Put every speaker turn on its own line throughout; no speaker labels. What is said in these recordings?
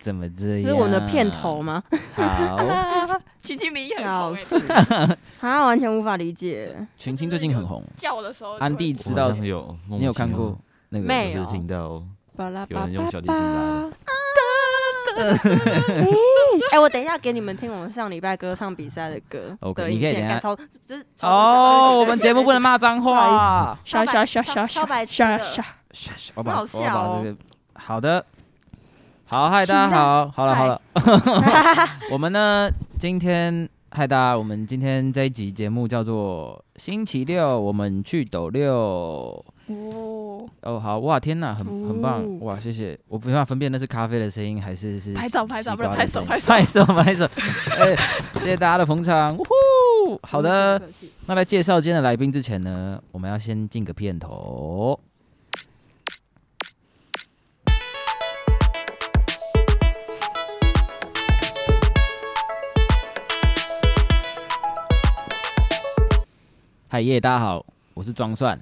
怎么这样？
这是我们的片头。 吗？
好，
徐静明也很红
笑
哎，
啊，完全无法理解。
群青最近很 红，
叫我的时候就会，
安迪
我
知道
我好像有，莫
你有
名其
看
妙
过？那个？
没
就是
有
听到
巴拉
有
巴
人用
拉
小提琴拉
巴
的。。
哎，我等一下给你们听我们上礼拜歌唱比赛的歌
OK，
的
你
影
可以
片
等一下
干超就是超
哦，我们节目不能骂脏
不
话。
刷刷
超
刷刷
超
刷
白痴
刷
的
刷，
吓死我把
好
我
笑
要把
哦
这个好的，好，嗨，大家好，好了
嗨
好了， 我们呢今天嗨大家，我们今天这一集节目叫做星期六，我们去抖六。
哦，
哦，好哇！天哪，很很棒、
哦
哇！谢谢，我没办法分辨那是咖啡的声音还是是
拍照拍照不然拍手
拍手拍手拍手。哎，谢谢大家的捧场，呜呼！好的，，那在介绍今天的来宾之前呢，我们要先进个片头。嗨耶，大家好，我是庄蒜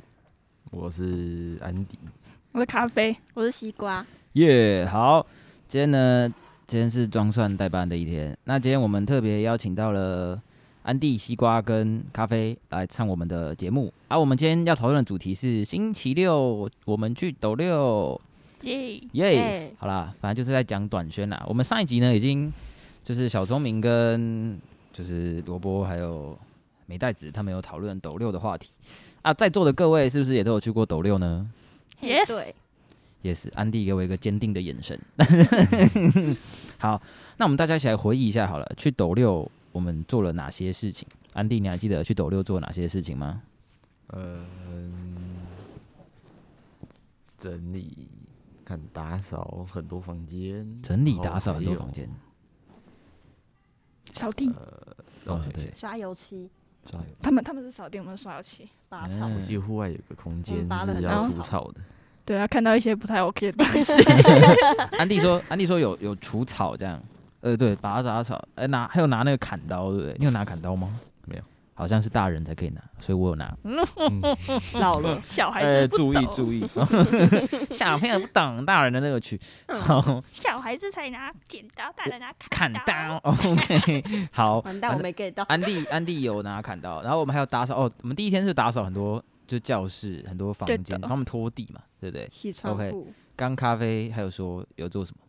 我是安迪，
我的咖啡，
我是西瓜，
耶。好，今天呢，今天是庄蒜代班的一天。那今天我们特别邀请到了安迪、西瓜跟咖啡来上我们的节目。啊，我们今天要讨论的主题是星期六，我们去抖六。
耶，
耶、
耶
好啦，反正就是在讲短宣啦。我们上一集呢，已经就是小聪明跟就是萝卜还有美代子他们有讨论斗六的话题啊。在座的各位是不是也都有去过斗六呢？
Yes
对，
也是，安迪给我一个坚定的眼神。 好，那我们大家一起来回忆一下好了，去斗六我们做了哪些事情？安迪，你还记得去斗六做哪些事情吗？
呃，整理、看打扫很多房间，
整理
然后
打扫
还
很多
有
房间，，
扫地，
让我
哦
想
对
想
刷油漆，
刷油
他们他们是扫地，我们是刷油漆，
打扫
嗯
我记得户外有个空间
拔得
是
很
要
高
除草的，
对啊，看到一些不太 OK 的东西，
安迪说，安迪说有有除草这样，呃，对，拔杂草，呃，拿还有拿那个砍刀，对不对？你有拿砍刀吗？
没有，
好像是大人才可以拿，所以我有拿。
老
嗯
了，
小孩哎子不
哎注意
懂
注意，小朋友不懂大人的乐趣。好，
小孩子才拿剪刀，大人拿
砍刀，OK，好。
完蛋，我没 get 到。
安迪，安迪有拿砍刀，然后我们还有打扫哦。我们第一天是打扫很多，就教室很多房
对
间，
的
他们拖地嘛，对不对？
洗窗
OK
户，
刚咖啡还有说有做什么？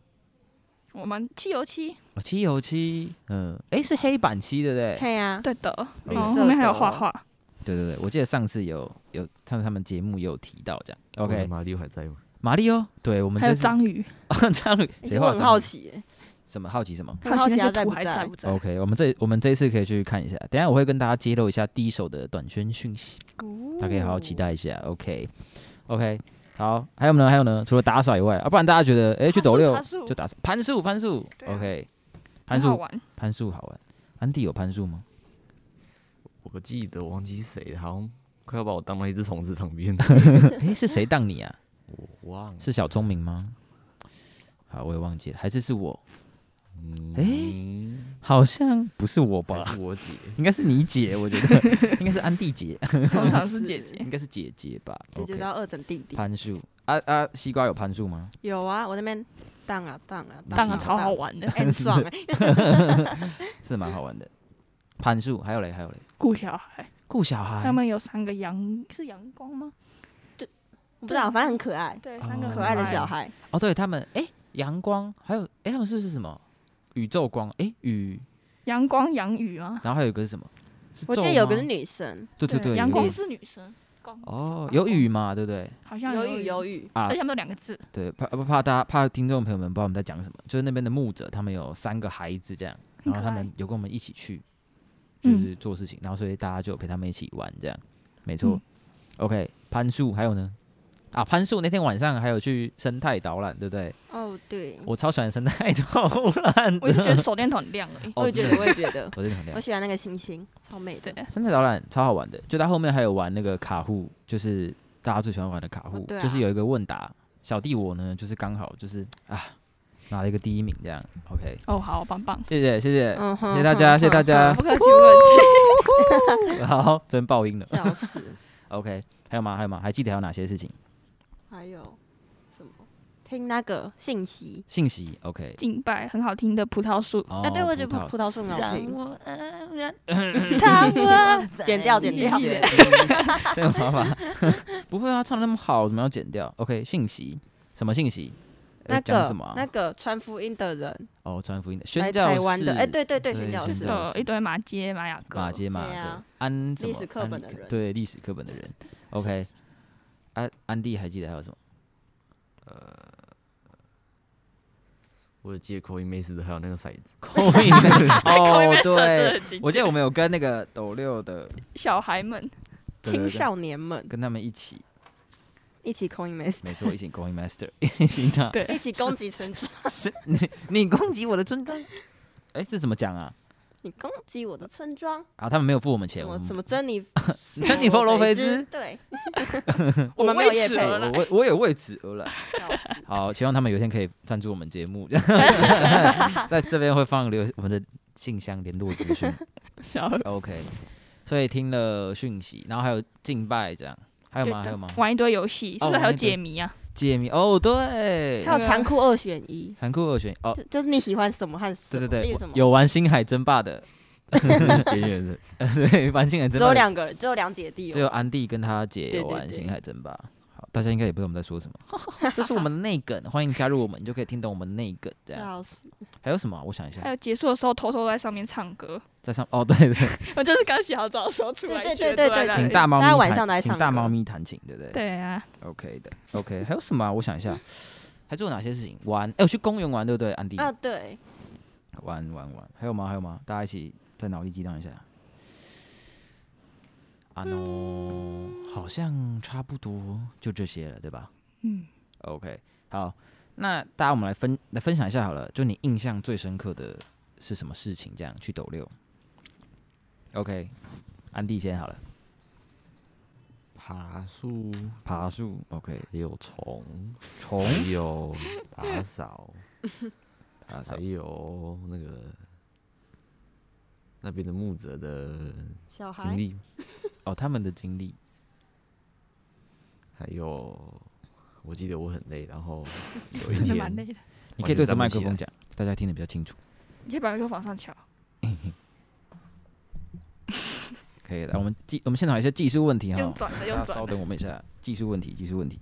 我们漆油漆，
哦，漆油漆，嗯，诶，是黑板漆，对不对？
对呀，
对的，
绿
然后
色
后面还有
的
画画，
对对对，我记得上次有有上次他们节目也有提到这样。OK，
马六还在吗？
马里奥，对我们
还有
这次
章鱼，
章鱼，
诶
谁
这我
画
很
章
好
鱼？
奇耶，
什么好奇什么
很好
奇
奇
那
他
些
在
图
不
还
在
在不在？
？OK，我们这我们这一次可以去看一下，等一下我会跟大家揭露一下第一手的短宣讯息，大家可以好好期
嗯
待一下。OK，OK，、好，还有呢还有呢，除了打扫以外，啊，不然大家觉得，哎、去抖六
爬树爬树
就打扫攀树攀树、
对啊
OK，攀
很好
树
玩，
攀树好玩，安迪有攀树吗？
我记得我忘记是谁了，好像快要把我当到一只虫子 旁边，
哎、是谁当你 啊？
我忘了，
是小聪明吗？好，我也忘记了，还是是我？
嗯，
好像不是我吧？
还是我姐，
应该是你姐，我觉 得应该是安迪姐，
通常是姐姐
应该是姐姐吧。
解决
OK
到二整弟弟。
攀树啊啊，西瓜有攀树吗？
有啊，我那边荡啊荡啊
当然
啊，
超好，玩 的，
很爽哎。
是蛮好玩的。攀树还有嘞，还有嘞，
顾小孩，
顾小孩
他们有三个阳是阳光吗？
我不知道，反正很可爱，
对，
哦
三个
很
可爱的
可爱
小孩。
哦，对他们哎，阳光还有哎，他们是不是什么宇宙光？哎，宇，
阳光阳雨吗？
然后还有一个是什么？是
我记
宙
得有
吗
个是女生，
对对对，
阳
有一
光
个
是女生，光
哦，有雨嘛，对不对？
好像
有雨有
雨，
雨，
啊
而且，他们有两个字，
对，怕不怕大家怕听众朋友们不知道我们在讲什么？就是那边的牧者，他们有三个孩子这样，
很
然
可
后他
爱
们。有跟我们一起去，就
嗯
是做事情，然后所以大家就陪他们一起玩这样，没错。
嗯
OK，攀树还有呢？啊，攀树那天晚上还有去生态导览，对不对？
哦对，
我超喜欢生态 导览
我一直 觉得
的，
手电筒很亮而已。
我也觉得我也觉 得，
哦我真的很厉
我
害。
喜欢那个星星，超美
对
的。，
生态导览超好玩的，就它后面还有玩那个卡户，就是大家最喜欢玩的卡户，
哦对啊
就是有一个问答。小弟我呢，就是刚好就是啊，拿了一个第一名这样。OK，
哦，好，棒 棒，
谢谢谢谢，
嗯哼
谢谢大家，谢谢大家
不。客气不客
好，真爆音了。
嗯笑 死。
OK，还有吗？还有吗？还记得还有哪些事情？
还有什么？听那个信息。
信息，OK。
敬拜很好听的葡萄树，
哦
啊，对，我觉得
葡萄
葡葡萄树很好
让
听，
我呃让他们
剪掉剪掉。
对
这个方法 不会啊，唱的那么好，怎么要剪掉？OK，信息什么信息？呃
那
讲
个
什么啊？
那个传福音的人
哦，传福音的宣
来
教
台湾的，
士
哎，对对对，
对
宣教
宣
士
教
就有一堆马街、马雅各，
马街马
对
对
啊
安什
历
么
史课
安
本
利
的
克
人
对历史课本的人，OK。安安迪还记得还有什 么？
我有记得口音妹似的，还有那个骰 子，
扣印哦，
被
对
射得，紧
我记得我们有跟那个斗六的
小孩们
对对
青
对
少年们
跟他们一起，
一起 coin m a s
没错，一起 going master，一起打。
对
一起攻击村庄，
是你 你攻击我的村庄，哎，这怎么讲啊？
你攻击我的村庄，
啊，他们没有付我们钱，
什
我
么
们
什么珍妮
珍妮佛罗培兹
兹，，对，
我
我们没有
为
业
此
配
而来
我我也为此而来。
笑死
好，希望他们有一天可以赞助我们节 目， 在这边会放留我们的信箱联络资讯。
小
OK，所以听了讯息，然后还有敬拜这样，还有吗？还有吗？
玩一堆游戏，是
哦
不是还
玩
有
一堆
解谜啊？
解谜哦，对
还，有残酷二选一，
残酷二选哦，
就就是你喜欢什么和什
对
么，
对
例
对
如什，么
有玩星海争霸的，
边缘人，
对，玩星海
只
争霸
有
的，
两个人，只有两姐弟
只
哦，
有安迪跟他姐有玩星海争霸。好，大家应该也不知道我们在说什么， 这是我们的内梗，欢迎加入我们，你就可以听懂我们的内梗。这样
笑死
还有什么啊？我想一下
还，有结束的时候偷偷在上面唱歌，
在上哦，对 对，
我就是刚洗好澡的时候出来，
对对
觉得
对
坐在
对
那
对
请
里
大猫咪
大家
弹，
晚上来
请
唱
大
歌
猫咪弹琴，对不对？
对啊，
OK 的，OK，还有什么啊、我想一下，还做哪些事情？玩，哎、我去公园玩，对不对，安迪？
啊，对，
玩玩玩，还有吗？还有吗？大家一起在脑力激荡一下。啊喏，好像差不多就这些了，对吧
嗯，
？OK，好，那大家我们来分来分享一下好了，就你印象最深刻的是什么事情？这样去抖六。OK，安迪先好了，
爬树，
爬树。OK，
还有虫，
虫
还有打扫，
啊，
还有那个那边的牧者的
小
经
孩
历，
哦，他们的经历。
还有我记得我很累，然后有一
真的
天
蛮累的。
你可以对着麦克风
完全站
讲，
不
大家听得比较清楚。
你可以把麦克风往上
哦
翘，
可以的，我们技我们现场有一些技术问题哈
用，转的，
大家
用
稍
转
等
的。
我们一下，技术问题，技术问题。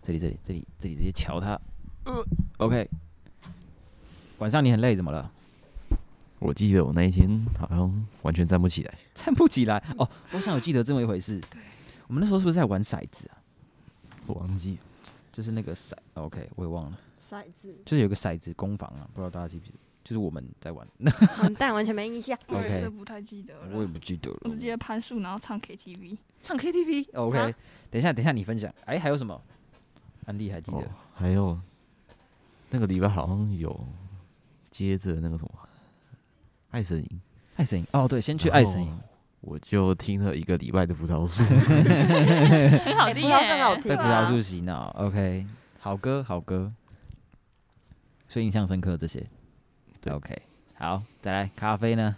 这里这里这里这里直接瞧他。OK。晚上你很累，怎么了？
我记得我那一天好像完全站不起来，
站不起来哦。我想有记得这么一回事。我们那时候是不是在玩骰子啊？
我忘记了
就是那个骰，OK，我也忘了，
骰子，
就是有个骰子攻防啊，不知道大家记不记得？就是我们在玩，
完蛋，完全没印象。
我也
OK
是不太记得了，
我也不记得了。
我只记得攀树，然后唱 KTV，
唱 KTV。OK，、
啊
等一下，等一下，你分享。哎，还有什么？安迪还记得？
哦，还有那个礼拜好像有接着那个什么爱神营，
爱神营哦，对，先去爱神营
然。我就听了一个礼拜的葡萄树，
哎很好听
葡萄树很好
耶。
听
被葡
对啊
萄树洗脑。OK，好歌，好歌。所以印象深刻这些。
对
OK，好，再来咖啡呢？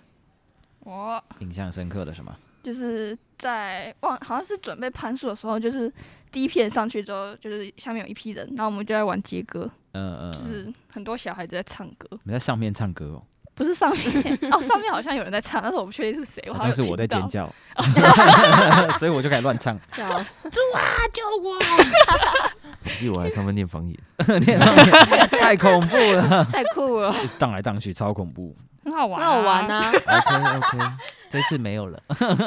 我
印象深刻的什么？
就是在忘，好像是准备攀树的时候，就是第一片上去之后，就是下面有一批人，然后我们就在玩接歌，
嗯嗯，嗯
就是很多小孩子在唱歌，
我们在上面唱歌哦，
不是上 面哦，上面好像有人在唱，但是我不确定是谁，我
好
好
像
有
是我在
听
尖
到
叫，所以我就开始乱唱。
笑死
啊
我记得我还上面念方言，
太恐怖了，
太酷了，
就荡来荡去，超恐怖。
很好玩、
很 好玩！啊！
OK OK，这次没有了。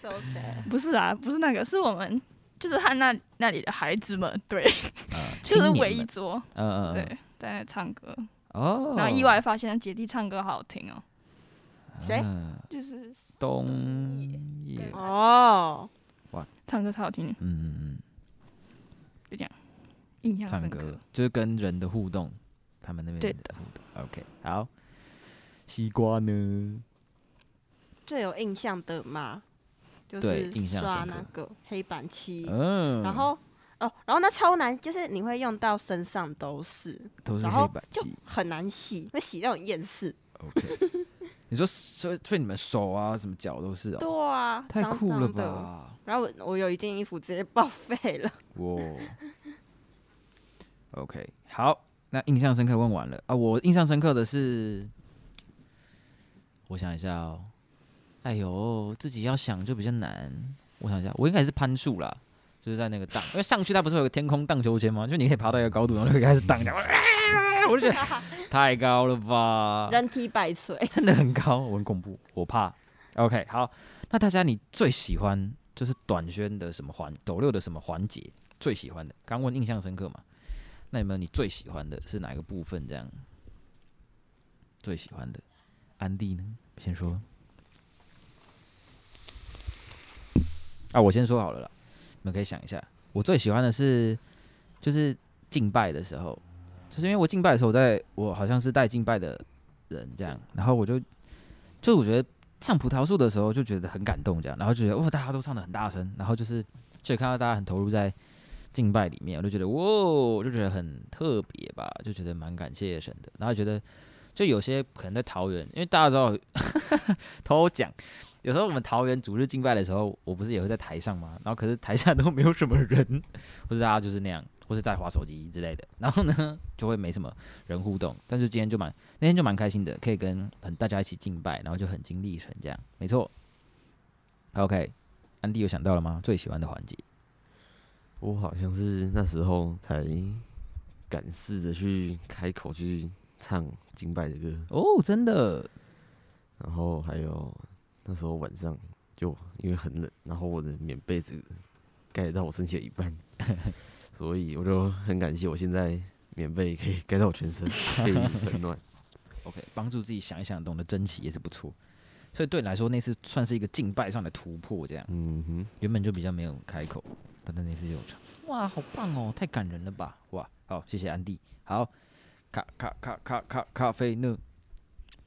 So sad
不是啊，不是那个，是我们就是和那那里的孩子们， 对，
呃，
就是
青年
围一
们，
桌，
嗯嗯嗯，
对，在那唱歌，
哦，
然后意外发现姐弟唱歌好好听哦，
谁
嗯
就是
冬夜，嗯
哦，
唱歌超好听，
嗯嗯。
印象
唱
深
歌
刻。，
就是跟人的互动，他们那边
对
的互动。OK，好。西瓜呢？
最有印象的嘛，就
对
是
印象
刷
深刻
那个黑板漆，
嗯，
然后哦，然后那超难，就是你会用到身上都是，
都是
然
黑
后
白
就
棋。
很难洗，会洗到很厌世。
OK，你 说所以所以你们手啊什么脚都是哦，
对啊，
太
脏
酷了
脏的？
吧！
然后我我有一件衣服直接报废了，
哇 OK，好，那印象深刻问完了啊，我印象深刻的是，我想一下哦，哎呦，自己要想就比较难。我想一下，我应该是攀树啦，就是在那个荡，因为上去它不是有个天空荡秋千吗？就你可以爬到一个高度，然后就可以开始荡，然后、啊、我就觉得太高了吧，
人体百锤。
真的很高，我很恐怖，我怕。OK，好，那大家你最喜欢就是短宣的什么环，抖六的什么环节最喜欢的？刚问印象深刻嘛？那有没有你最喜欢的是哪一个部分？这样最喜欢的，安迪呢？先说。啊，我先说好了啦，你们可以想一下，我最喜欢的是就是敬拜的时候，就是因为我敬拜的时候我在，我好像是带敬拜的人这样，然后我就就我觉得唱葡萄树的时候就觉得很感动这样，然后就觉得哇，大家都唱的很大声，然后就是所以看到大家很投入在敬拜里面，我就觉得哇，我就觉得很特别吧，就觉得蛮感谢神的，然后觉得就有些可能在桃园，因为大家知道 偷讲。有时候我们桃园主日敬拜的时候，我不是也会在台上吗？然后可是台下都没有什么人，或是大家就是那样，或是在划手机之类的。然后呢，就会没什么人互动。但是今天就蛮那天就蛮开心的，可以跟很大家一起敬拜，然后就很经历成这样，没错。OK，安迪有想到了吗？最喜欢的环节？
我好像是那时候才敢试着去开口去唱敬拜的歌，
哦，真的，
然后还有那时候晚上就因为很冷，然后我的棉被子盖到我身体的一半， 所以我就很感谢我现在棉被可以盖到我全身，可以很暖。
OK，帮助自己想一想，懂得珍惜也是不错。所以对你来说，那次算是一个敬拜上的突破，这样。
嗯哼，
原本就比较没有开口，但那次有唱，哇，好棒哦，太感人了吧，哇，好，谢谢安迪，好，咖咖咖咖咖咖啡呢？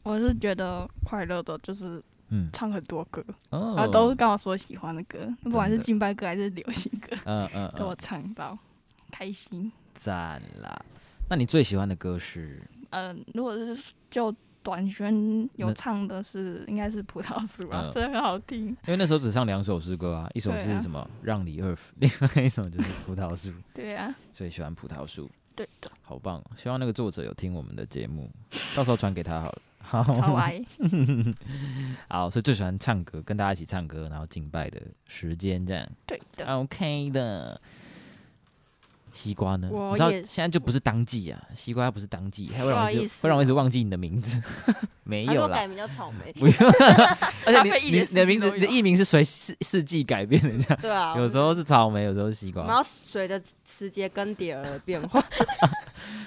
我是觉得快乐的，就是
嗯，
唱很多歌，
哦，
然后都是刚好说喜欢的歌，不管是
真的
敬拜歌还是流行歌，
嗯嗯
都我
嗯，
唱到开心。
赞啦。那你最喜欢的歌是？
嗯、如果是就短宣有
那
唱的是应该是葡萄树啊
嗯，
真的很好听。
因为那时候只唱两首诗歌啊，一首
对啊
是什么《让你二》， 另外一首就是《葡萄树》，
对啊，
所以喜欢葡萄树，
对的，
好棒、哦。希望那个作者有听我们的节 目，到时候传给他好了。好，
超爱。
好，所以最喜欢唱歌，跟大家一起唱歌，然后敬拜的时间这样。
对的，
OK 的。西瓜呢？
我
你知道
也
现在就不是当季啊，西瓜不是当季，还会让
不
我
好
一
啊
直
意思
会让我一直忘记你的名字。 没
还是
有
我
啦
改，名叫草莓。
不用。而且
咖
你
啡一
你
年
你
四
的
季
名字
都
你的
有
艺名是随四四季改变的，这样
对啊，
有时候是草莓，有时候是西
我
瓜
们。要随着时节更迭而变化。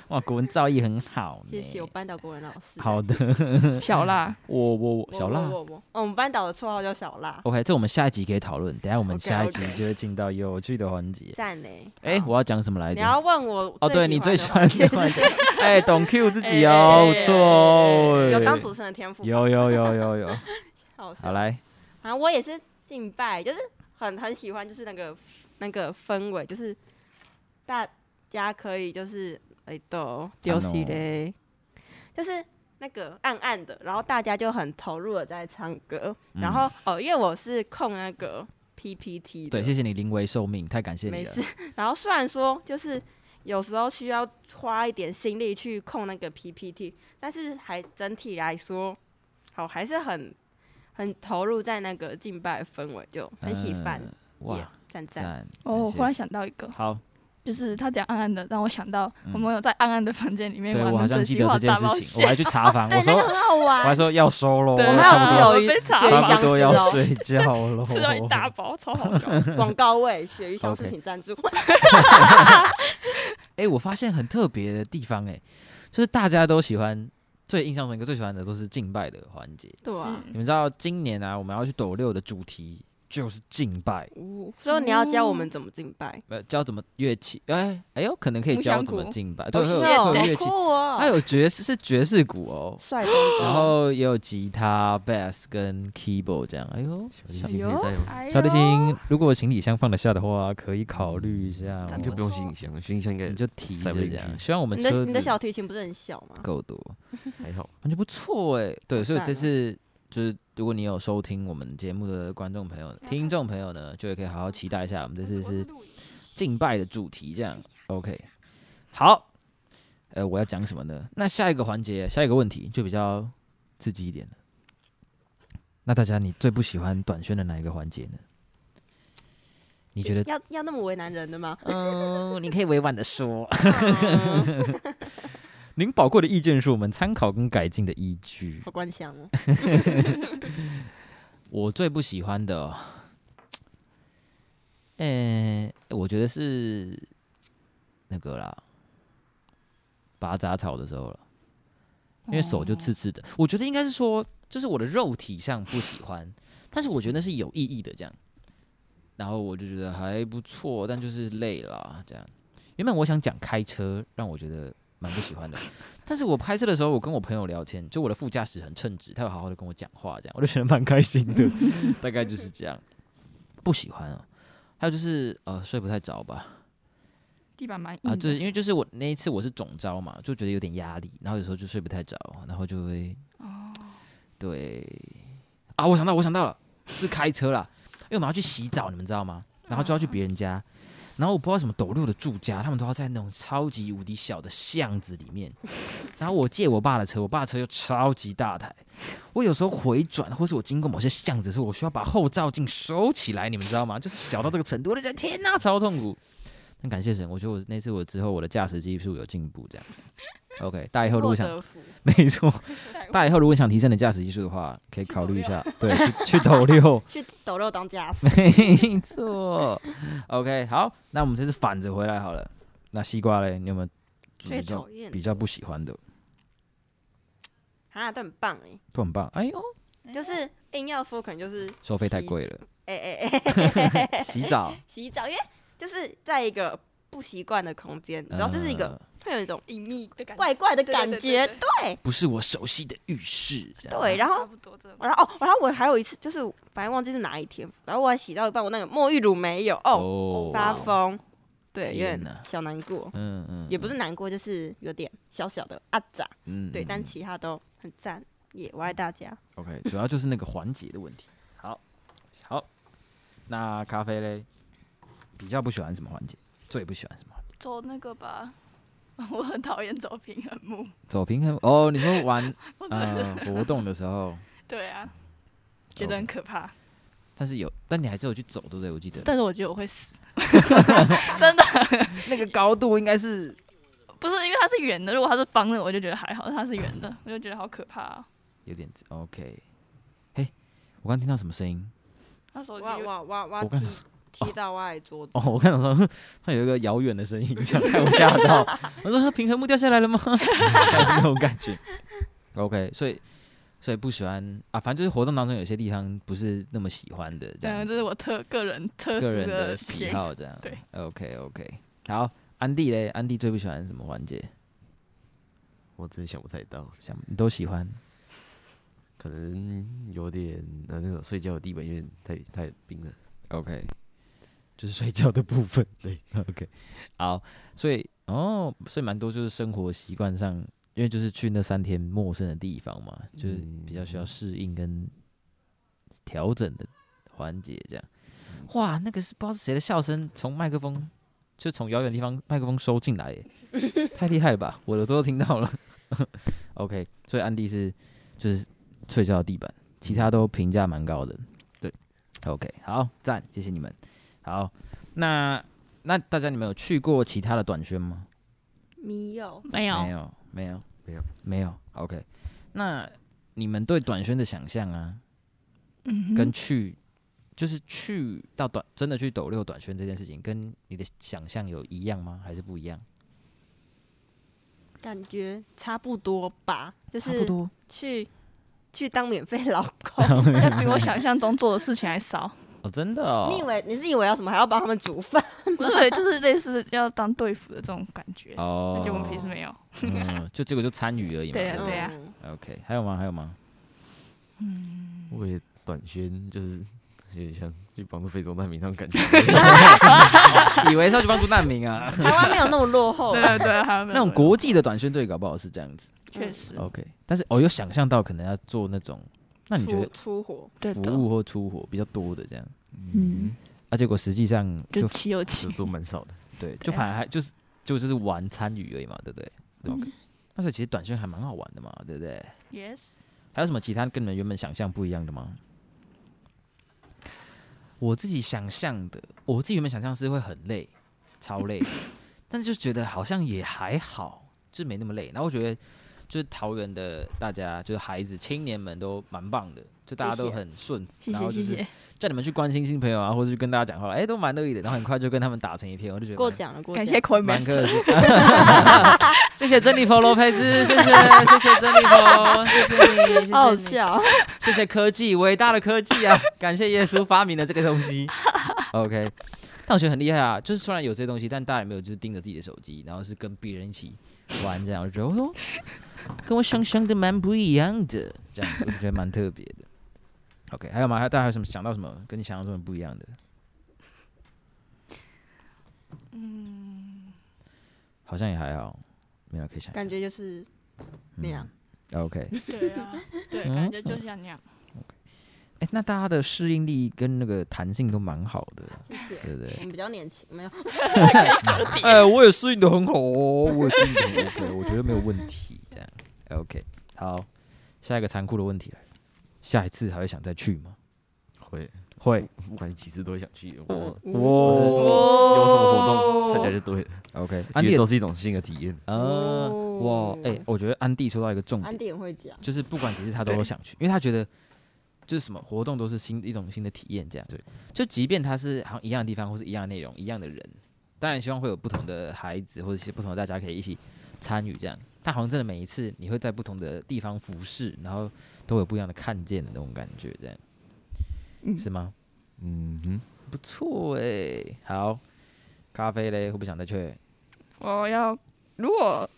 哇，国文造诣很好
谢谢我
呢。
班导国文老师。
好的，嗯
小辣，
我我我
我，
小辣
我。我哦我我们班导的绰号叫小辣，
OK，这我们下一集可以讨论。等一下我们
OK，
下一集
OK
就会进到有趣的环节。
赞呢。
哎，我要讲什么来
你
着？
要问我
哦，对你最喜
喜
欢
欢
的
的
环
环节，
节。哎，懂 Q 自己
哎
哦，不错哦。
有当主持人的天赋吧。
有有有有有，
好笑
好来，
反正我也是敬拜，就是很很喜欢，就是那个那个氛围，就是大家可以就是哎都丢戏嘞，就是那个暗暗的，然后大家就很投入的在唱歌，
嗯
然后、哦，因为我是控那个 PPT 的，
对，谢谢你临危受命，太感谢你
没
了
事。然后虽然说就是有时候需要花一点心力去控那个 PPT，但是还整体来说，好还是很很投入在那个敬拜氛围，就很喜欢。
嗯哇
Yeah，，赞赞。
赞！
哦，
感
我
谢
忽然想到一个，
好，
就是他讲暗暗的，让我想到
嗯
我们有在暗暗的房间里面
对
玩
我好
的
像
真
记
心
得
话
这件
大
事
冒
情，我
险。
还去查房，我
对，那个
说
很好
我还
玩。
说要收喽，
对
我们
差
还
不
有
多
有
被查
有
差不多要
相思
睡觉喽，
吃到一 大包，
哦
超好笑。
广告位，鳕鱼相
OK
思请赞助。
哎、我发现很特别的地方、哎，就是大家都喜欢，最印象深刻、最喜欢的都是敬拜的环节。
对啊，
嗯
你们知道今年啊，我们要去斗六的主题就是敬拜，
所以你要教我们怎么敬拜。
呃，教怎么乐器，哎，哎呦，可能可以
木
教
箱
怎么
鼓
敬拜，对，
哦
会有
是
会嗯有啊
哦
乐器
酷，哦！
还有爵士是爵士鼓哦，
帅东东，
然后也有吉他、bass 跟 keyboard 这样。哎呦，
小提琴可以带哦吗？
哎呦
小提琴，如果行李箱放得下的话，可以考虑一下哦。
咱
你
们
就不用
说
行李箱，行李箱应该
你就提着
塞不
这
进
样，
去
希望我们
你的
车
你的
子
小提琴不是很小吗？
够多，
还好。
感觉不错哎。对，所以
赞
这
哦
次就是如果你有收听我们节目的观众朋友、听众朋友呢，就也可以好好期待一下我们这次是敬拜的主题这样。OK，好，呃，我要讲什么呢？那下一个环节，下一个问题就比较刺激一点了。那大家你最不喜欢短宣的哪一个环节呢？你觉得？
要要那么为难人的 吗？
嗯、你可以委婉的说。
啊
您宝贵的意见是我们参考跟改进的依据。
好官腔哦。
我最不喜欢的、哦，诶、我觉得是那个啦，拔杂草的时候了，因为手就刺刺的。我觉得应该是说，就是我的肉体上不喜欢，但是我觉得那是有意义的这样。然后我就觉得还不错，但就是累了这样。原本我想讲开车，让我觉得蛮不喜欢的，但是我开车的时候，我跟我朋友聊天，就我的副驾驶很称职，他有好好的跟我讲话，这样我 就觉得蛮开心的。 大概就是这样，不喜欢啊。还有就是呃，睡不太着吧，
地板蛮硬的
啊，就是因为就是我那一次我是总招嘛，就觉得有点压力，然后有时候就睡不太着，然后就会
哦，
对啊，我想到我想到了，是开车啦，因为我们要去洗澡，你们知道吗？然后就要去别人家，然后我不知道什么斗六的住家，他们都要在那种超级无敌小的巷子里面， 然后我借我爸的车，我爸的车又超级大台，我有时候回转或是我经过某些巷子的时候，我需要把后照镜收起来，你们知道吗？就是小到这个程度，我就觉得天哪，超痛苦。很感谢神，我觉得我那次我之后我的驾驶技术有进步，这样。OK，大家以后如果想，
洛德福
没错，
带我
大家以后如果想提升你的驾驶技术的话，可以考虑一下，对，去去抖六，
去抖肉当 家司，
没错。OK，好，那我们这次反着回来好了。那西瓜嘞，你有没有
最
比较
讨厌
比较不喜欢的？
啊，都很棒哎、
都很棒，哎呦，
就是硬要说，可能就是
收费太贵 了，
哎哎哎，
洗澡，
洗澡，因为就是在一个不习惯的空间，然后就是一个
呃
会有一种
隐秘的感觉，
怪怪的感
哎对
觉，
对对
对
对
不是我熟悉的浴室，这样
对，然后
差不多这种
然后哦，然后我还有一次就是反正忘记是哪一天，然后我还洗到一半，我那个沐浴乳没有哦，
哦
发疯，对，有
天
点
哪
小难过，
嗯嗯，
也不是难过，就是有点小小的阿杂，
嗯，嗯
对，但
嗯
其他都很赞，也我爱大家。
OK，主要就是那个环节的问题。好，好，那咖啡嘞，比较不喜欢什么环节？最不喜欢什么环节？
走那个吧， 我很讨厌走平衡木。
走平衡哦，你说 玩
我觉得
呃活动的时候，
对啊，觉得很可怕。
但是有，但你还是有去走，对不对？我记得
但是我觉得我 会死，真的
那个高度应该是
不是因为它是圆的，如果它是方的，我就觉得还好，但它是圆的，我就觉得好可怕、啊。
有点 OK。嘿，我刚听到什么声音？
那时候
哇
就
哇哇哇！
我刚
踢
想
踢到外桌子，
哦，我看到说它有一个遥远的声音，这样害我吓 到。我说它平衡木掉下来了吗？大概是那种感觉。OK，所以所以不喜欢啊，反正就是活动当中有些地方不是那么喜欢的，这
这
样
样，
子
这是我特个人特殊
个人的喜
偏
好这样。
对
，OK OK，好，安迪嘞，安迪最不喜欢什么环节？
我真的想不太到，
想你都喜欢
可能有点呃那个睡觉的地板有点太太冰了。
？OK，就是睡觉的部分。
对
，OK，好，所以哦，所以蛮多就是生活习惯上，因为就是去那三天陌生的地方嘛，就是比较需要适应跟调整的环节这样。哇，那个是不知道是谁的笑声从麦克风。就从遥远地方麦克风收进来耶，太厉害了吧！我的耳朵都听到了。OK，所以安迪是就是睡觉的地板，其他都评价蛮高的。
对
，OK，好，赞，谢谢你们。好，那那大家你们有去过其他的短宣吗？
没有，
没
没
有，
有，没有，
没有，
没有。OK，那你们对短宣的想象啊，
嗯哼
跟去就是去到短真的去抖六短宣这件事情，跟你的想象有一样吗？还是不一 样？
感觉差不多吧，就
差不
是
多。
去去当免费老公。
那比我想象中做的事情还少。
哦，真的 哦。
你以为你是以为要什么，还要帮他们煮饭？
不是，就是类似要当队服的这种感觉，
哦，
那就我们平时没有。
嗯，就结果就参与而已嘛。
对啊
不
对啊
嗯
OK，还有吗？还有吗？
我也短宣就是 有点像去帮助非洲难民那种感觉，
以为是要去帮助难民啊，
台湾没有那么落后
对
啊，
对对，还有 没
那
有
种国际的短宣队搞不好是这样子。
确实
OK，但是哦，有想象到可能要做那种，那你觉
出
得
出火？
对
服
的
务或出活比较多的这样？
嗯，
啊，结果实际上
就
就
七有
就
七，
做蛮少的。
对，就反而还就是就就是玩参与而已嘛，对不对？
对
OK，那所以其实短宣还蛮好玩的嘛，对不对？
Yes，
还有什么其他跟你们原本想象不一样的吗？我自己想象的，我自己原本想象是会很累，超累， 但是就觉得好像也还好，就没那么累。然后我觉得，就是桃园的大家，就是孩子、青年们都蛮棒的，就大家
谢
都
谢
很顺服，
谢
然后
谢
就
谢
是
谢，
叫你们去关心新朋友啊，或者去跟大家讲话，哎、都蛮乐意的。然后很快就跟他们打成一片，我就觉得
过
蛮
奖了，过
感
奖。
谢 Coin
蛮客
Master，
气。谢谢珍妮佛罗佩兹，谢谢谢谢珍妮佛，谢谢你，谢谢
好好
你
笑，
谢谢科技，伟大的科技 啊！感谢耶稣发明了这个东西。OK，但我觉得很厉害啊，就是虽然有这些东西，但大家也没有就是盯着自己的手机，然后是跟别人一起玩这样，我就觉得哦哟，跟我想象的蛮不一样的，这样子我就觉得蛮特别的。OK，还有吗？还有大家还有什么想到什么跟你想象中的不一样的？
嗯，
好像也还好，没有可以想象
感觉就是那样。
嗯 OK，
对啊，对，
嗯
感觉就像那样，
哎、那大家的适应力跟那个弹性都蛮好的，
谢谢。
对不对
我？ 们比较年轻，没有
哎、我也适应的很好哦，我也适应的很 OK，我觉得没有问题。这样 OK，好，下一个残酷的问题来了，下一次还会想再去吗？
会，
会
不管几次都会想去。我
哦哇
哦
有什么活动参加就对了，
，OK，安
因
迪
为
也
都是一种新的体验。
呃，哇，哎、我觉得安迪说到一个重
安
点，
迪很会讲，
就是不管几次他都
对
想去，因为他觉得就是什么活动都是新一种新的体验，这样
对，
就即便他是好像一样的地方或是一样的内容、一样的人，当然希望会有不同的孩子或者是不同的大家可以一起参与这样，但好像真的每一次你会在不同的地方服侍，然后都有不一样的看见的那种感觉，这样、
嗯
是吗？
嗯哼，
不错哎、好，咖啡嘞，会不会想再去？
我要如果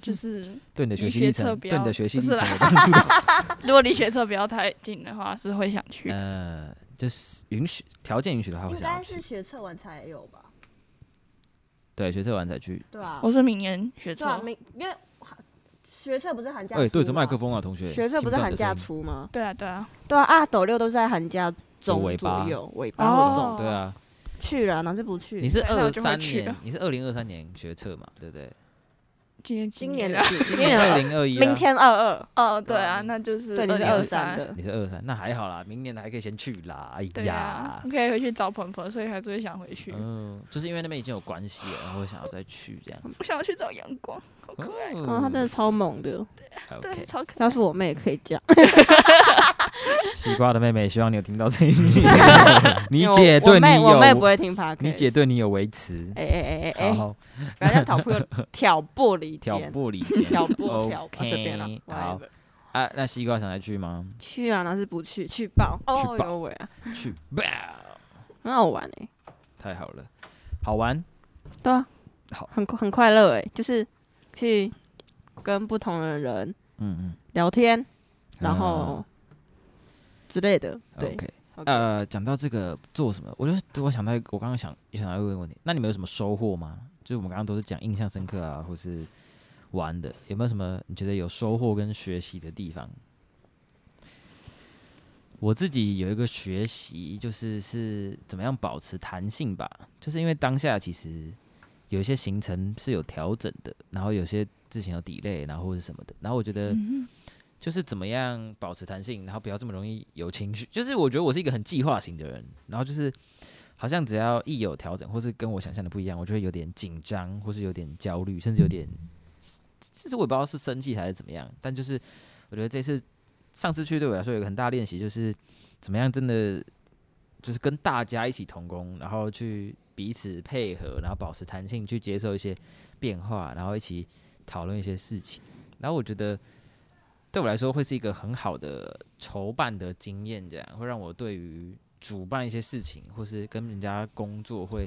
就是
对你的学
你
习
学
历程，
测不
对你的
要
学习
不
历
是
程
啦
有帮助 的
如果离学测不要太近的话，是会想去。
呃，就是允许条件允许的话，我
应
想
该
要去
是。学测完才有吧？
对，学测完才去。
对啊，
我是明年学
对啊，
测，
明因为学测不是寒假，
哎、对着麦克，风啊，同学。
学测不是
听到
寒
你的
假
声音
出吗？
对啊对啊，
对啊，啊斗六都是在寒假中
尾巴
左右尾
然
巴
后
或
我
者
就
哦
对啊，
去了，哪是不去？
你是
那
二
我就
三
会去
年
啊
了，
你是二零二三年学测嘛，对不 对？
今年几
今年
年
的
啊，
去，今
今年
年
二
的
零二一，啊
明天二二，
哦对啊，那就是
对，你是二三
2023，
的，
你是二三，那还好啦，明年还可以先去啦。哎
对啊
呀，，
你可以回去找鹏鹏，所以还是会想回去。
嗯、就是因为那边已经有关系了，然后我想要再去这样。
我想要去找阳光，好可爱，
嗯
哦，他真的超猛的，
对，
嗯
OK，
超可爱
要。是我妹也可以这样，
西瓜的妹妹，希望你有听到这一 集。你
因为
姐
我
对
我妹
你
我妹不
有，
会听 p o
你姐，对你有维持。
哎哎哎哎哎，
好，
不要再挑 拨挑拨离
挑
间，
拨离间。
挑拨挑拨，随便啦
OK，，好
whatever
啊，那西瓜想再去吗？
去啊，哪是不去？去报哦，
爆
有喂啊，
去 吧，
很好玩哎，
太好了，好玩。
对啊，
好
很很快乐哎，就是去跟不同的人
嗯嗯。
聊天，然
啊
后之类的，对
OK，
OK
呃，讲到这个做什么，我就我想到一个我刚刚想想到一个问题，那你们有什么收获吗？就是我们刚刚都是讲印象深刻啊，或是玩的，有没有什么你觉得有收获跟学习的地方？我自己有一个学习，就是是怎么样保持弹性吧，就是因为当下其实有一些行程是有调整的，然后有些之前有 delay，然后或是什么的，然后我觉得。
嗯
就是怎么样保持弹性，然后不要这么容易有情绪。就是我觉得我是一个很计划型的人，然后就是好像只要一有调整，或是跟我想象的不一样，我就会有点紧张，或是有点焦虑，甚至有点，其实我也不知道是生气还是怎么样。但就是我觉得这次上次去对我来说有一个很大的练习，就是怎么样真的就是跟大家一起同工，然后去彼此配合，然后保持弹性，去接受一些变化，然后一起讨论一些事情。然后我觉得对我来说会是一个很好的筹办的经验，这样会让我对于主办一些事情，或是跟人家工作会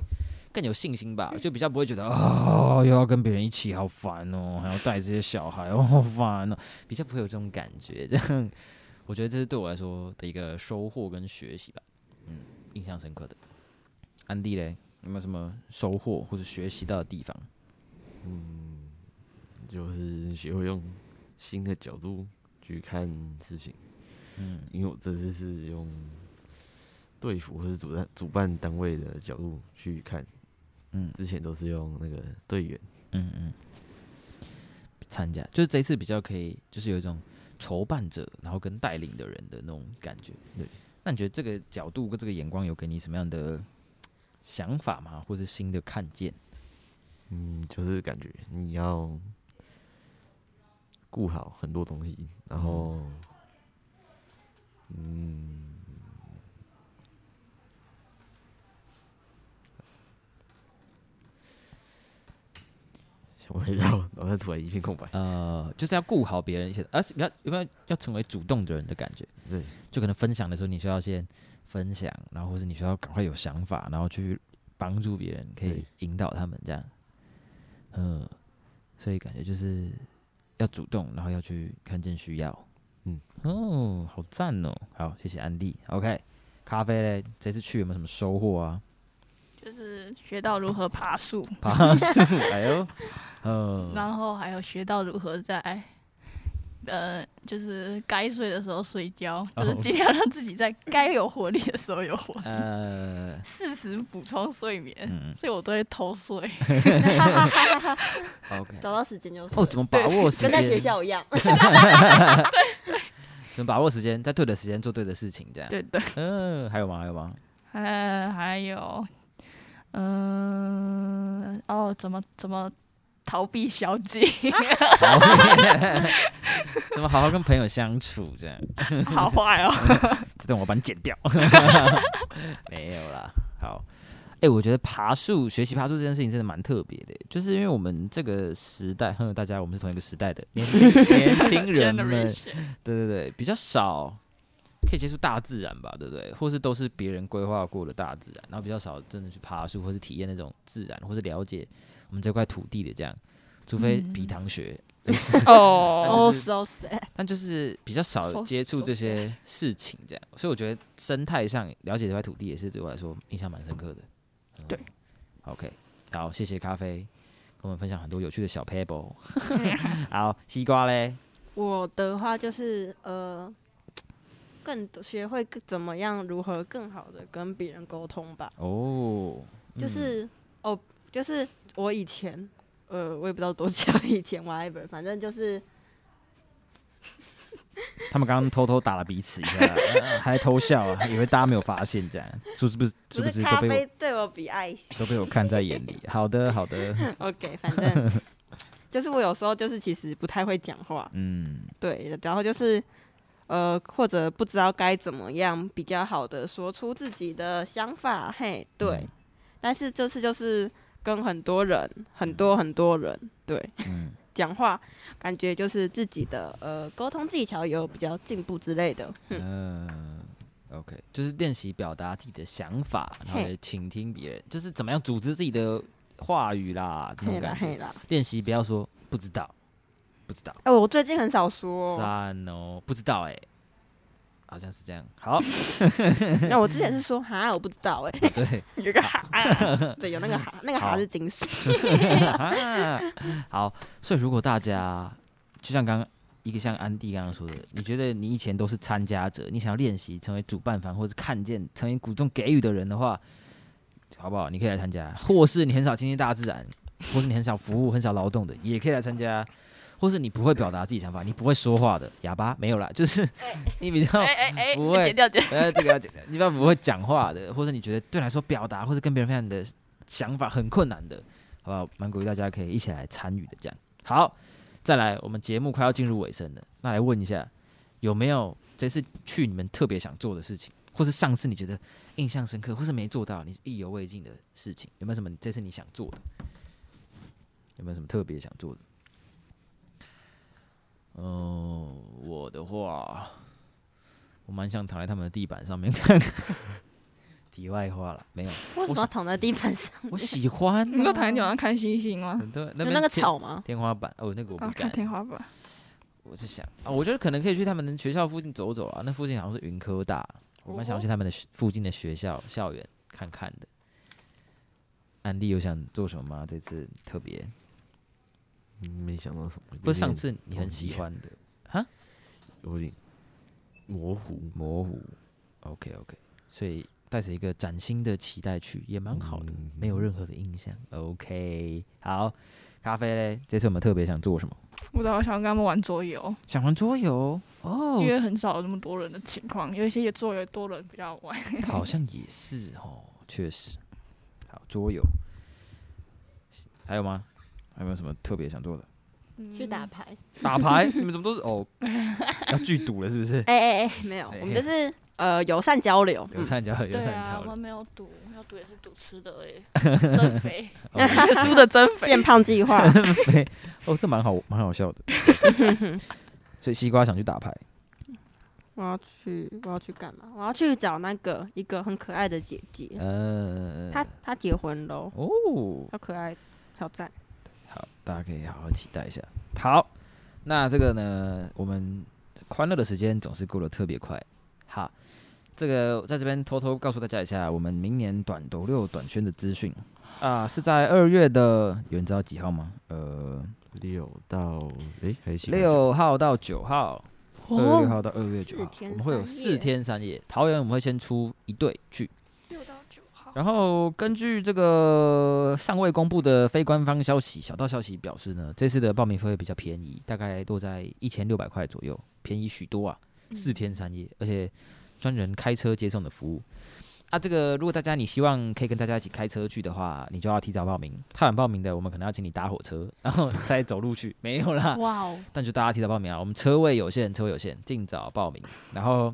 更有信心吧，就比较不会觉得哦又要跟别人一起好烦哦，还要带这些小孩哦好烦哦，比较不会有这种感觉。这样我觉得这是对我来说的一个收获跟学习吧，嗯，印象深刻的。安迪嘞，有没有什么收获或者学习到的地方？
就是学会用新的角度去看事情。
嗯，
因为我这次是用队服或是主办主办单位的角度去看，
嗯
之前都是用那个队员，
嗯嗯，参加，就是这一次比较可以，就是有一种筹办者，然后跟带领的人的那种感觉。
对，
那你觉得这个角度跟这个眼光有给你什么样的想法吗？或是新的看见？
嗯，就是感觉你要顾好很多东西，然后，嗯，想不到，脑袋突然一片空白。
呃，就是要顾好别人一些，而且要有没有要成为主动的人的感觉？
对，
就可能分享的时候，你需要先分享，然后或是你需要赶快有想法，然后去帮助别人，可以
对
引导他们这样。嗯，所以感觉就是要主动，然后要去看见需要。
嗯，
哦，好赞哦！好，谢谢安迪。OK，咖啡嘞，这次去有没有什么收获啊？
就是学到如何爬树，
爬树，哎呦，呃，
嗯
然后还有学到如何在，呃，就是该睡的时候睡觉，就是
哦
嗯
尽量让自己在该有活力的时候有活力，
呃，
适时补充睡眠。
嗯
所以我都会 偷睡，
，OK。
找到时间就
哦，
睡
怎么把握时间？
跟在学校一样，
怎么把握时间，在对的时间做对的事情，这样。
对对。
嗯、还有吗？还有吗？
呃，还有，嗯、哦，怎么怎么逃避宵 禁？
好 怎么好好跟朋友相处，这样？
好坏哦，
这段我把你剪掉。 没有啦，好。哎、我觉得爬树、学习爬树这件事情真的蛮特别的，就是因为我们这个时代，哼，大家我们是同一个时代的年轻年轻人们，
Generation
对对对，比较少可以接触大自然吧，对不对？或是都是别人规划过的大自然，然后比较少真的去爬树，或是体验那种自然，或是了解我们这块土地的这样，除非皮糖学。类似
哦，
哦
就是
so sad，
但就是比较少
So-
接触
so
这些事情，这样，所以我觉得生态上了解这块土地也是对我来说印象蛮深刻的。嗯
对
，OK，好，谢谢咖啡跟我们分享很多有趣的小 pebble。好，西瓜嘞，
我的话就是呃，更学会更怎么样如何更好的跟别人沟通吧。
哦，
就
嗯
是、哦，就是我以前，呃，我也不知道多久以前 whatever，反正就是
他们刚刚偷偷打了彼此一下， 呃还偷笑啊，以为大家没有发现这样，是不是？是不
不是
是都
咖
被
啡
我
对我比爱心
都被我看在眼里？好的，好的，
，OK，反 正就是我有时候就是其实不太会讲话，
嗯，
对，然后就是呃，或者不知道该怎么样比较好的说出自己的想法，嘿， 对，
嗯
但是这次就是跟很多人，很多很多人，对，
嗯
讲话感觉就是自己的呃沟通技巧有比较进步之类的，
嗯、o k 就是练习表达自己的想法，然后
嘿
也倾听别人，就是怎么样组织自己的话语啦，那
嘿
种
啦
感
嘿
觉。
啦。
练习不要说不知道，不知道，
哎、我最近很少说、
赞哦，不知道哎、好像是这样。好，
那我之前是说哈，我不知道哎、
对，
有 个哈，对，有那个哈，那个
好
哈是金 属。
啊 好，所以如果大家就像刚刚一个像安迪刚刚说的，你觉得你以前都是参加者，你想要练习成为主办方或者看见成为主动给予的人的话，好不好？你可以来参加，或是你很少亲近大自然，或是你很少服务、很少劳动的，也可以来参加。或是你不会表达自己想法，你不会说话的哑巴没有啦，就是你比较
哎哎哎，
不会
剪掉剪掉，
呃，这个要 简单。你要不会讲话的，或者你觉得对你来说表达或者跟别人分享你的想法很困难的，好不好？蛮鼓励大家可以一起来参与的，这样。好，再来，我们节目快要进入尾声了，那来问一下，有没有这次去你们特别想做的事情，或是上次你觉得印象深刻，或是没做到你意犹未尽的事情，有没有什么你这次你想做的？有没有什么特别想做的？哦，我的话，我蛮想躺在他们的地板上面看。 题外话了，没有，
为什么要躺在地板上？
我喜欢
能够躺在地上看星星吗？
很多那
有
边
那个
天
草吗？
天花板哦，那个我
啊
不，
看
敢。
天花板。
我是想啊，我觉得可能可以去他们学校附近走走啊，那附近好像是云科大，我蛮想要去他们的学附近的学校校园看看的。安迪有想做什么吗？这次特别，
嗯没想到什么，
不
有
是上
点
次你很
忘记
喜欢的
有点模糊，
模糊。OK OK，所以带着一个崭新的期待去，也蛮好
嗯
的，没有任何的印象。OK，好，咖啡嘞，这次我们特别想做什么？
不知道，我想要跟他们玩桌游，
想玩桌游哦
因，为很少有那么多人的情况，有一些也桌游多人比较好玩。
好像也是哦，确实。好，桌游还有吗？还有没有什么特别想做的？
去打
嗯
牌。
打 牌？你们怎么都是哦？要剧赌了是不是？
哎哎哎， 没有，
哎
我们就是呃友善交流。
有参加了，有
对
参
啊
加，
我
了
们。没有赌，要赌也是赌吃的 而已，增肥，
嗯
输的增肥
变。胖 计划，
哦，这蛮好，蛮好笑的。 所以西瓜想去打牌，
我要去，我要去干嘛？我要去找那个一个很可爱的姐姐，
呃，
她她结婚喽，
哦，
好可爱，挑战。
好，大家可以好好期待一下。好，那这个呢，我们欢乐的时间总是过得特别快。好，这个在这边偷偷告诉大家一下，我们明年短斗六短宣的资讯啊，是在二月的，有人知道几号吗？呃，
六到诶，还行。
六号到九号， 二月六号到二月九号
哦四，天
我们会有
三
四
夜
天三夜。桃园我们会先出一队剧，
六到九号，
然后根据这个尚未公布的非官方消息，小道消息表示呢，这次的报名费会比较便宜，大概落在一千六百块左右，便宜许多啊，
嗯
四天三夜，而且专人开车接送的服务。啊，这个如果大家你希望可以跟大家一起开车去的话，你就要提早报名。太晚报名的，我们可能要请你搭火车，然后再走路去，没有啦。
哇哦，
但就大家提早报名啊，我们车位有限，车位有限，尽早报名。然后，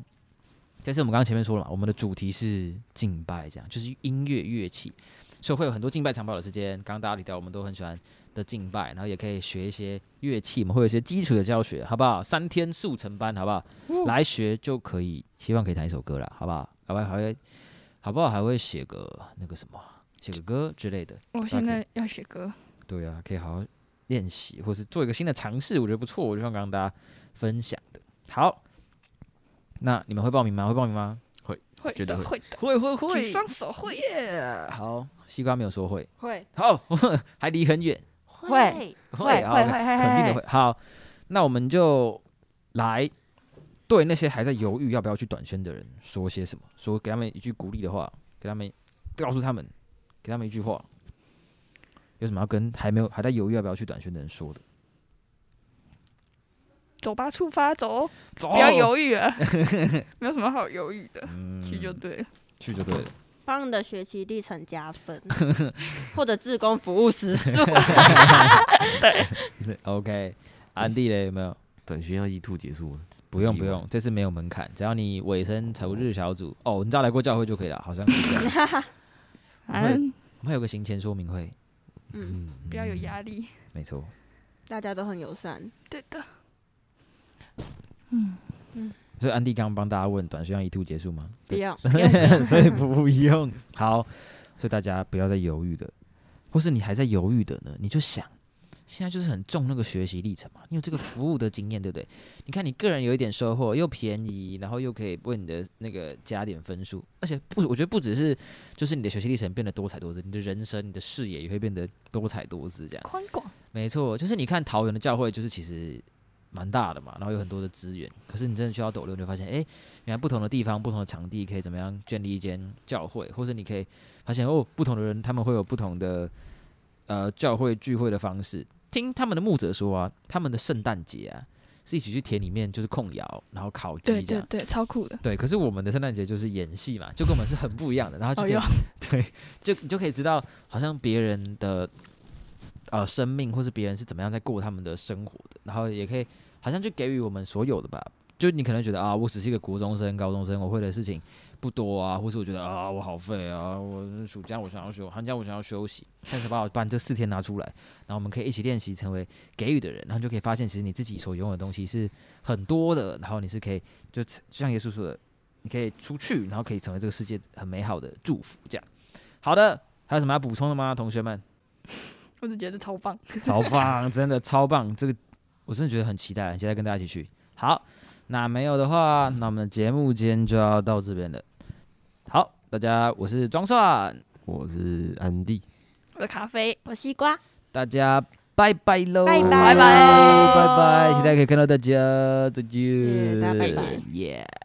这次我们刚刚前面说了嘛，我们的主题是敬拜，这样就是音乐乐器，所以会有很多敬拜长跑的时间。刚刚大家提到，我们都很喜欢的敬拜，然后也可以学一些乐器，我们会有一些基础的教学，好不好？三天速成班，好不好？来学就可以，希望可以弹一首歌了，好不好？好不好？还会，好不好？还会写个那个什么，写个歌之类的。
我现在要写歌，
对啊，可以好好练习，或是做一个新的尝试，我觉得不错。我就像刚刚大家分享的，好，那你们会报名吗？会报名吗？
会
觉
的
得
会的，
会会
举双手会耶，
好，西瓜没有说会，
会
好， 还离很远，
会会
好
会
OK，
会会
肯定的
会
会。好，那我们就来对那些还在犹豫要不要去短宣的人说些什么，说给他们一句鼓励的话，给他们告诉他们，给他们一句话，有什么要跟还没有还在犹豫要不要去短宣的人说的？
走吧，出发走，
走，
不要犹豫 啊，没有什么好犹豫的，
哦嗯
去就对了。
去就对了。
帮你的学习历程加 分，或者志工服务时数。
OK，安迪嘞有没有？
短宣要一兔结束吗？
不用
希
不
望
用，这次没有门槛，只要你尾声投日小组哦，你只要来过教会就可以了，好像是这样。
反
会
正
我们有个行前说明会，
嗯，
嗯，
不要有压力，
没错。
大家都很友善。
对的。
所以安迪刚刚帮大家问短宣要一度结束吗？
不要，
所以不用。好，所以大家不要再犹豫了，或是你还在犹豫的呢，你就想，现在就是很重那个学习历程嘛，你有这个服务的经验，对不对？你看你个人有一点收获，又便宜，然后又可以为你的那个加点分数，而且不，我觉得不只是就是你的学习历程变得多彩多姿，你的人生、你的视野也会变得多彩多姿，这样。
宽广，
没错，就是你看桃园的教会，就是其实蛮大的嘛，然后有很多的资源。可是你真的去到斗六，你就发现，哎、原来不同的地方、不同的场地可以怎么样建立一间教会，或者你可以发现哦，不同的人他们会有不同的呃教会聚会的方式。听他们的牧者说啊，他们的圣诞节啊是一起去田里面就是控窑，然后烤鸡这
对
样。
对对，超酷的。
对，可是我们的圣诞节就是演戏嘛，就跟我们是很不一样的，然后就
哦
可以、
哟
对，就你就可以知道，好像别人的呃生命，或是别人是怎么样在过他们的生活的，然后也可以好像就给予我们所有的吧。就你可能觉得啊，我只是一个国中生、高中生，我会的事情不多啊，或是我觉得啊，我好废啊，我暑假我想要休，寒假我想要休息，但是把我把这四天拿出来，然后我们可以一起练习成为给予的人，然后就可以发现，其实你自己所拥有的东西是很多的，然后你是可以就就像耶稣说的，你可以出去，然后可以成为这个世界很美好的祝福。这样，好的，还有什么要补充的吗，同学们？
我只觉得超棒，
超棒，真的超棒，这个我真的觉得很期待，很期待跟大家一起去。好，那没有的话，那我们的节目今天就要到这边了。好，大家，我是庄算，
我是安迪。
我的咖啡。
我西瓜，
大家拜拜喽，
拜拜
拜拜，拜拜，期待可以看到大家，再见，
耶大家拜拜
耶。